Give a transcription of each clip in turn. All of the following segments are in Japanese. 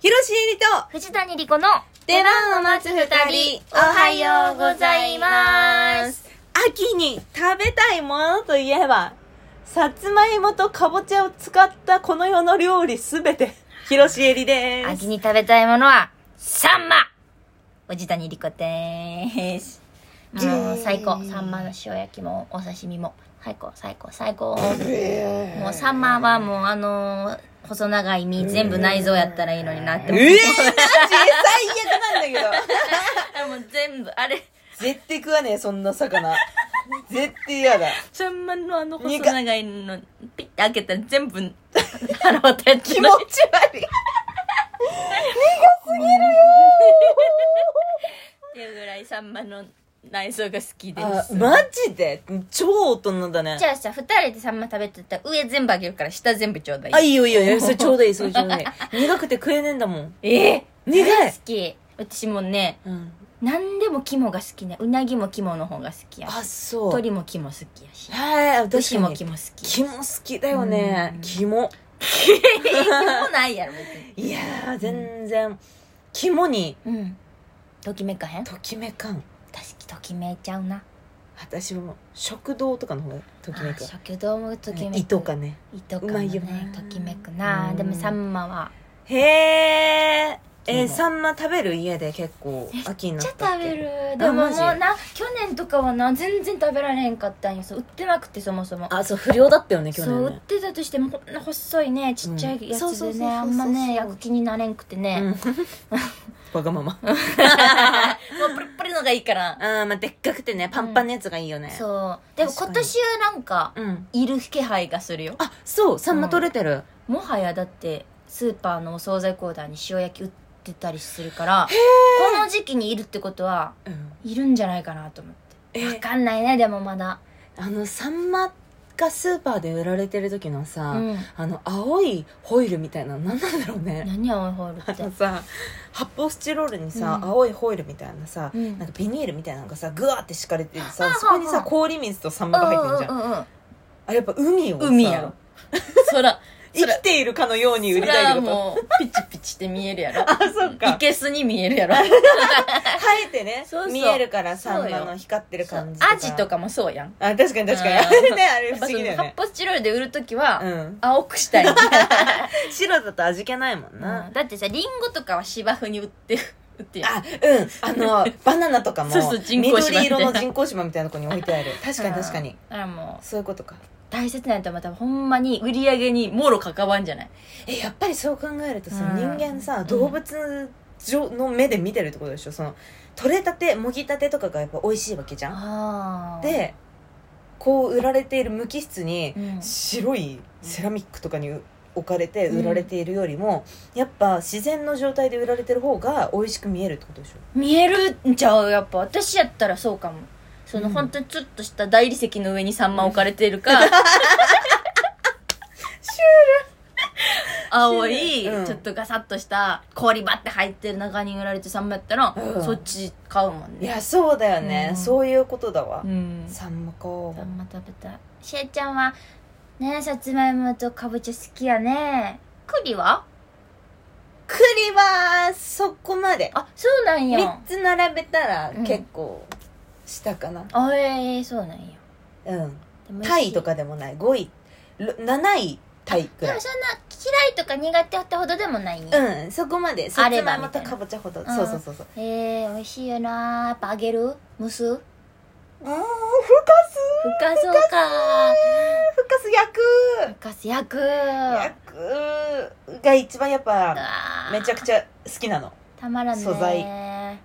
ひろしえりと、藤谷莉子の出番を待つ二人、おはようございます。秋に食べたいものといえば、さつまいもとかぼちゃを使ったこの世の料理すべて、ひろしえりです。秋に食べたいものは、サンマ藤谷莉子です。もう最高。サンマの塩焼きもお刺身も、最高、最高、最高。もうサンマはもうあのー細長い身全部内臓やったらいいのになってえもー、うマジ最悪なんだけど。 もう全部、あれ、絶対食わねえ、そんな魚。絶対嫌だ。サンマのあの細苦長いの、ピッて開けたら全部、腹渡ってやつ気持ち悪い。っていうぐらいサンマの内臓が好きであす。、マジで超大人だねじ。ゃあさ、二人でサンマ食べてたら上全部あげるから下全部ちょうだい。あ、いいよいいよ いいよ。それちょうどいい、それちょうどいい。苦くて食えねえんだもん。ええ苦い大好き。私もね、うん。何でも肝が好きね。うなぎも肝の方が好きやし。あ、そう。鳥も肝好きやし。はい、私牛もも肝。肝好 き。肝好きだよねう。ん肝。肝ないやろ、別に。いやー、全然、肝にうん。ときめかへんときめかん。私、ときめいちゃうな。私も食堂とかの方がときめあく。食堂もときめく。胃とか。ね。胃とかうもまいねよね、ときめくな。うんでもサンマは、へえ。えー、肝サンマ食べる家で結構秋にめっなちゃったっ食けべる。る。あでももマうジな、去年とかはな、全然食べられへんかったんよ。そう売ってなくてそもそも。あ、そう、不良だったよね、去そう売年っね。てたとしてもこんな細いねちっちゃいやうんつそうそうそうでそうねあんまそうね焼く気になれんくてね、う もんわがま ま。うプリップリのがいいからあー、まあ、でっかくてね、パンパンのやつがいいよね。そうでも確か今に年はなんかうん。いる気配がするよあ、そう、サンマ取れてる。もはやだってスーパーのお惣菜コーナーに塩焼き売ってたりするからこの時期にいるってことはうん。いるんじゃないかなと思ってえ分かんないねでもまだあの、サンマがスーパーで売られてる時のさ、うんあの、青いホイルみたいなの何なんだろうね。何青いホールっあてのさ、発泡スチロールにさ、うん青いホイルみたいなさ、うんなんかビニールみたいなのがさ、ぐわーって敷かれてるはさあ、はあそこにさ、氷水とサンマが入ってるじゃん。うんうんうんあれやっぱ海をさ、海やろ空生きているかのように 売りそれたいっはてこと。もうピチピチって見えるやろあ、そっ いか。けすに見える やろ生えてねそうそう見えるからそうサンよマの光ってる感じアジと。かもそうやんあ、確かに確かに。うんあ れね、あれやっ不思ぱその議だよ発ね。泡スチロールで売る時は、うん。青 くしたい、白だと味気ないもんな。だってさリンゴとかは芝生に売って売ってやんあ、うん。あ の、バナナとかも、そうそう人工芝みたいな緑色の人工芝みたいなとこに置いてある。確かにうん確かに。だからもうそういうことか。大切な人は多分ほんまに売り上げにもろ関わんじゃないえ、やっぱりそう考えるとさ、うん人間さ、うん動物上の目で見てるってことでしょその、取れたて、もぎたてとかがやっぱ美味しいわけじゃん。あで、で、こう売られている無機質にう、ん白いセラミックとかに置かれて売られているよりも、やっぱ自然の状態で売られてる方が美味しく見えるってことでしょ見えるんちゃうやっぱ私やったらそうかもその、うん本当にちょっとした大理石の上にサンマ置かれてるか、青い、うんちょっとガサッとした氷バッて入ってる中に売られてサンマやったら、うんそっち買うもんいねや、そうだよね。うんそういうことだわう。んササンマか。ンマ食べたいしえちゃんはねさつまいもとかぼちゃ好きやね栗は栗はそこまであそうなんや3つ並べたらうん結構したかなあえー、そうなんやうん、でも美味しいタイとかでもない5位ろ7位タイくでらもそんな嫌いとか苦手ってほどでもないんやいうんそこまでさあつれまばいもみたといなかぼちゃほど、んそうそうそうそうえー、美味しいよなやっぱ揚げる蒸すふうんふかすかそうかふかす焼くふかす焼く焼くが一番やっぱめちゃくゃちゃ好きなのたまらんね素材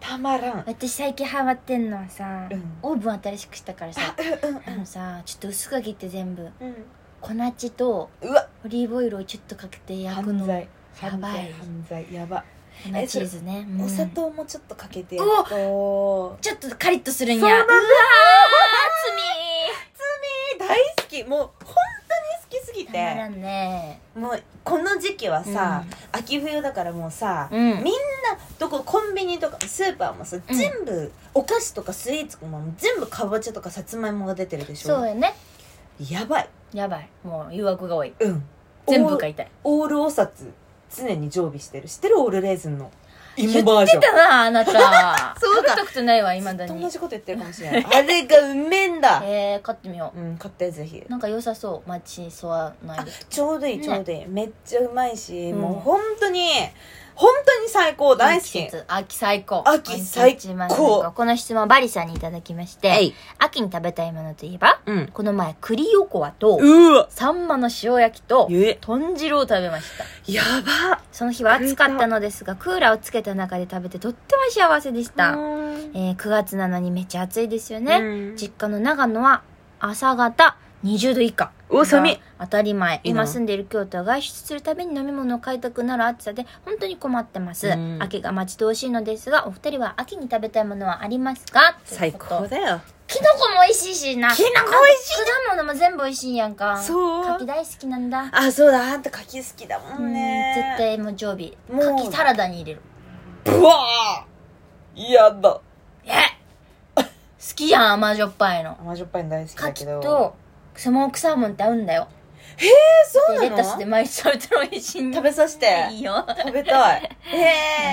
たまらんうん私最近ハマってんのはさ、うんオーブン新しくしたからさうんあのさちょっと薄く切って全部うん粉チとうわオリーブオイルをちょっとかけて焼く犯の罪や犯ば罪い犯罪やば粉チーズね、うんお砂糖もちょっとかけてやるとちょっとカリッとするんやそうなんだうわー大好きもう本当に好きすぎ罪たまらてんねもうこの時期はさ、秋冬だからもうさ、うんみんなどこコンビニとかスーパーもさ、うん全部お菓子とかスイーツも全部かぼちゃとかさつまいもが出てるでしょそうやねやばいやばいもう誘惑が多いうん全オ部ー買いたいオールお札常に常備してる知ってるオールレーズンの芋言バっージョてンたな、あなた。 そうだ食べたことないわ、今だずっとに同。じこと言ってるかもしれないあれがうめえんだえー、買ってみようん買ってぜひう。なんか良さそう。街に沿わないあで。ちょうどいいねちょうどいい、めっちゃうまいし、うんもう本当に本当に最高大好季き節秋最高。秋最高一番この質問、バリさんにいただきまして、はい秋に食べたいものといえば、うんこの前、栗おこわと、うわサンマの塩焼きと、え豚汁を食べました。やばその日は暑かったのですが、クーラーをつけた中で食べてとっても幸せでした。うんえー9月なのにめっちゃ暑いですよね。うん実家の長野は朝方20度以下。お寒い当たり前。いいな今住んでいる京都は外出するたびに飲み物を買いたくなる暑さで本当に困ってます。うん秋が待ち遠しいのですが、お二人は秋に食べたいものはありますか最高。だよキノコも美味しいしな。きのこ美味しい果物も全部美味しいやんか。そう柿大好きなんだ。あそうだあんた柿好きだもうんんね絶対もう常備。もう柿サラダに入れる。ブワーやだえ 好きやん、甘じょっぱいの。甘じょっぱいの大好きカだキけどとスモークサーモンって合うんだよえそうなでレのタスで毎日食べたら美味しいんだ食べさせていいよあ食べた いえう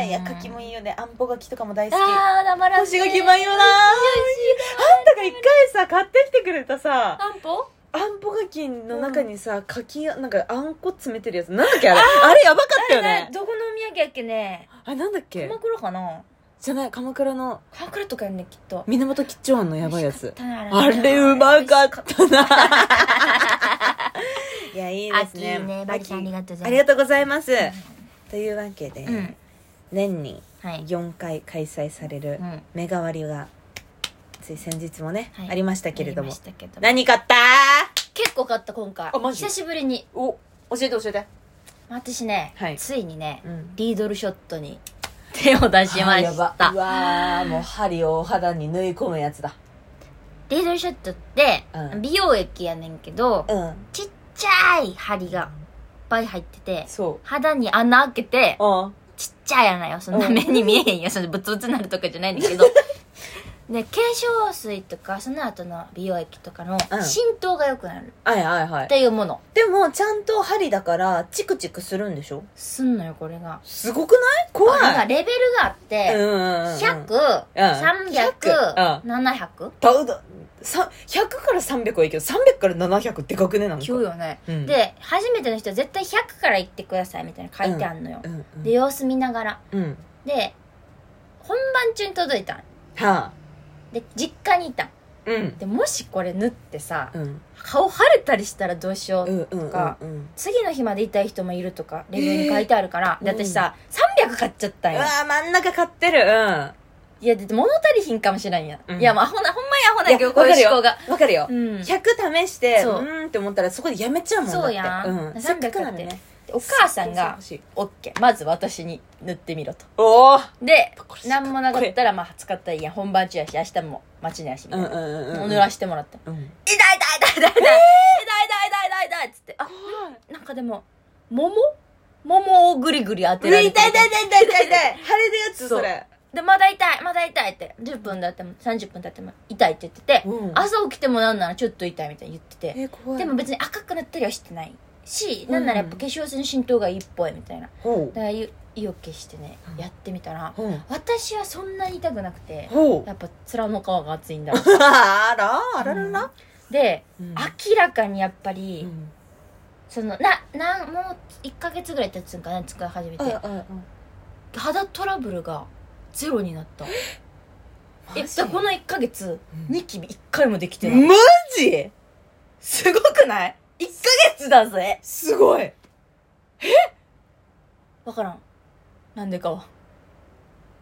えんいや柿もいいよねあんぽ柿とかも大好きあー黙ら干せし柿もいいよなあんたが一回さ買ってきてくれたさあんぽあんぽ柿の中にさ柿なんかあんこ詰めてるやつなんだっけあれあれやばかったよねどこのお土産やっけねあれなんだっけ鎌倉かなじゃない鎌倉の鎌倉とかやんねきっと源吉兆庵のやばいやつ美味しかったなあれうまかったな いやいいです秋ねねバリさんありがとうござあいりますがとうございます。というわけで、うん年にはい4回開催されるうん目変わりが、つい先日もね、はいありましたけれどもやりまし。たけど何買った結構買った今回あマジ久しぶりにお、教えて教えて。私ねはいついにねうん。リードルショットに手を出しまあやしばたうわーもう針をお肌に縫い込むやつだ。リードルショットってうん美容液やねんけどうん。ちっちゃい針がいっぱい入ってて、そ肌に穴開けてう。、うん。ちっちゃい穴よ。そんなうん目に見えへんよ。そのブツブツなるとかじゃないんだけど。で、化粧水とか、その後の美容液とかのうん浸透が良くなるはいはいはっい。ていうもの。でも、ちゃんと針だから、チクチクするんでしょすんのよ、これが。すごくない怖なんかい。レベルがあうっんて、うんうんうん。 100、 100 300、700。だださ100から300はいいけど300から700でかくねなんか急よね。うんで、初めての人は絶対100から行ってくださいみたいな書いてあんのよう。んうんで、様子見ながら。うんで、本番中に届いたんはあで実家にいたんうんでもしこれ縫ってさうん顔腫れたりしたらどうしよう、うんうんうんかうん次の日まで痛い人もいるとかレビューに書いてあるから、えーで私さ、300買っちゃったんうやわー真ん中買ってるうんいやで物足りひんかもしれんや、うんいやもうアホなほんまにアホないんややけどこういう思考がわかるようん100試してうそうーんって思ったらそこでやめちゃうもんだってそうやんうん300せっかくなんでねお母さんがそうそう欲しい「オッケーまず私に塗ってみろ」とおおでこれ何もなかったらまあ使ったらいいや本番中やし明日も待ちにやしみたういんな、うんうんうん塗らしてもらったうん「痛い痛い痛い痛い痛い痛い痛い痛い痛い痛い」っつって「あなんかでも、桃桃をぐりぐり当てうらわれ痛てい痛い痛い痛い痛い痛い腫れるやつそうそれで、まだ痛い、まだ痛いって、10分経っても、30分経っても痛いって言ってて、うん朝起きてもなんならちょっと痛いみたいに言ってて、え怖いでも別に赤くなったりはしてないし、うんなんならやっぱ化粧水の浸透がいいっぽいみたいな。だほから意意を決してねう、んやってみたらう、ほう私はそんなに痛くなくて、ほうやっぱ面の皮が厚いんだ。あらあらららで、うん明らかにやっぱり、うんその、な、なん、もう1ヶ月ぐらい経つんかな、使い始めて。うんうんうん肌トラブルがゼロになったえマだジからこの1ヶ月うんニキビ1回もできてない、マジすごくない ?1 ヶ月だぜすごいわからんなんでかは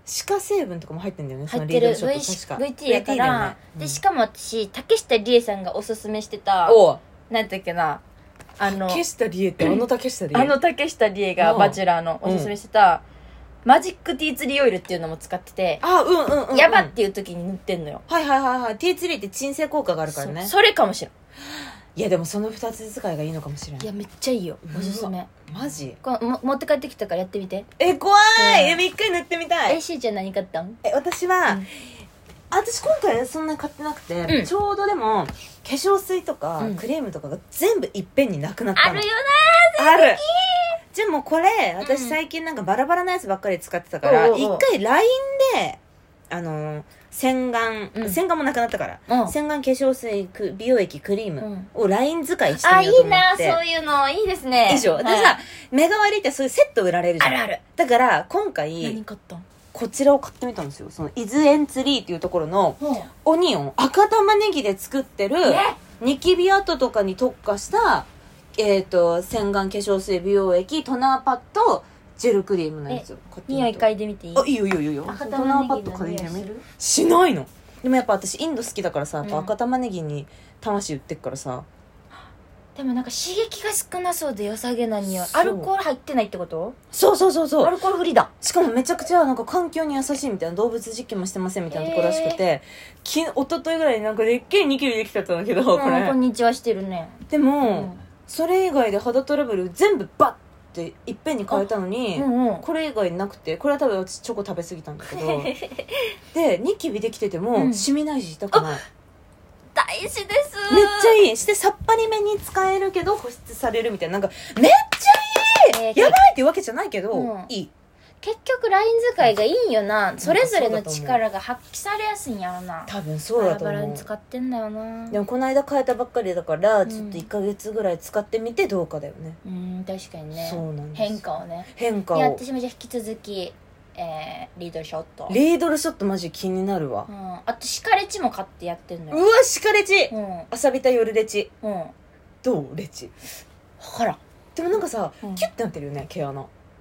歯科成分とかも入ってんだよね入ってる V そのリーダーショップ確か VT やから、でしかも私竹下理恵さんがおすすめしてたおうなんていうかなあの竹下理恵ってあの竹下理恵あの竹下理恵がうんバチェラーのおすすめしてた、マジックティーツリーオイルっていうのも使ってて、あうんうんうんうんやばっていう時に塗ってんのよ、はいはいはいはい T3 って鎮静効果があるからねそそれかもしれいやでもその二つ使いがいいのかもしれんいないやめっちゃいいよおすすめマジこのも持って帰ってきたからやってみてえ怖ういんえ一回塗ってみたえいしーちゃん何買ったんえ私は、うんあ私今回そんなに買ってなくて、うんちょうどでも化粧水とかうんクレームとかが全部いっぺんになくなったあのるよあるじゃあもうこれ私うん最近なんかバラバラなやつばっかり使ってたからおうおう一、おう回 LINE であのー洗顔、うん洗顔もなくなったから、うん洗顔化粧水く美容液クリーうムんを LINE 使いしてあみいようとい思っなて、そういうのいいですねでしょ、ではいさ目代わりってそういうセット売られるじゃんあるあるだから今何回買ったんこちらを買ってみたんですよその伊豆エンツリーっていうところのオニオン赤玉ねぎで作ってる、ねニキビ跡とかに特化した、えっと洗顔化粧水美容液トナーパッドジェルクリームのやつを買ってみた匂い嗅いでみていいあいいよいいよいいよ赤トナ玉ーパッねぎドの嗅い匂でいすみるしないのでもやっぱ私インド好きだからさやっぱうん赤玉ねぎに魂売ってっからさ、でもなんか刺激が少なそうで良さげな匂いそうアルコール入ってないってことそうそうそうそアうルコールフリーだしかもめちゃくちゃなんか環境に優しいみたいな動物実験もしてませんみたいなところらしくて、き一昨日ぐらいになんかでっけえニキビできちゃったんだけどこうんれこんにちはしてるねでうも、それ以外で肌トラブル全部バッていっぺんに変えたのに、うんうんこれ以外なくてこれは多分私チョコ食べ過ぎたんだけどでニキビできてても、うん染みないし痛くない大事ですめっちゃいいしてさっぱりめに使えるけど保湿されるみたいななんかめっちゃいい、えーやばいっていうわけじゃないけど、うんいい結局ライン使いがいいんよなそれぞれの力が発揮されやすいんやろな多分そバうだラと思バうラに使ってんだよなでもこの間変えたばっかりだから、んちょっと1か月ぐらい使ってみてどうかだよねうん確かにねそうなんです変化をね変化いやを私もじゃあ引き続き、えー、リードルショット、リードルショットマジ気になるわう、ん、あとシカレチも買ってやってんのうよわしかれち、うんうんあさびた夜レチ分どうレチからんでもなんかさ、うんキュッてなってるよね毛穴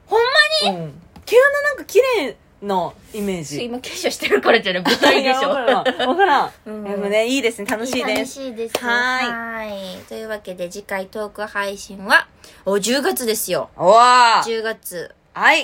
ほんまに、うん毛穴なんか綺麗なイメージ今化粧してるからじゃない舞台でしいやょわからんわからん、うんでもねいいですね楽しいで楽すしいですはーいーいというわけで次回トーク配信はお10月ですよおわー10月はい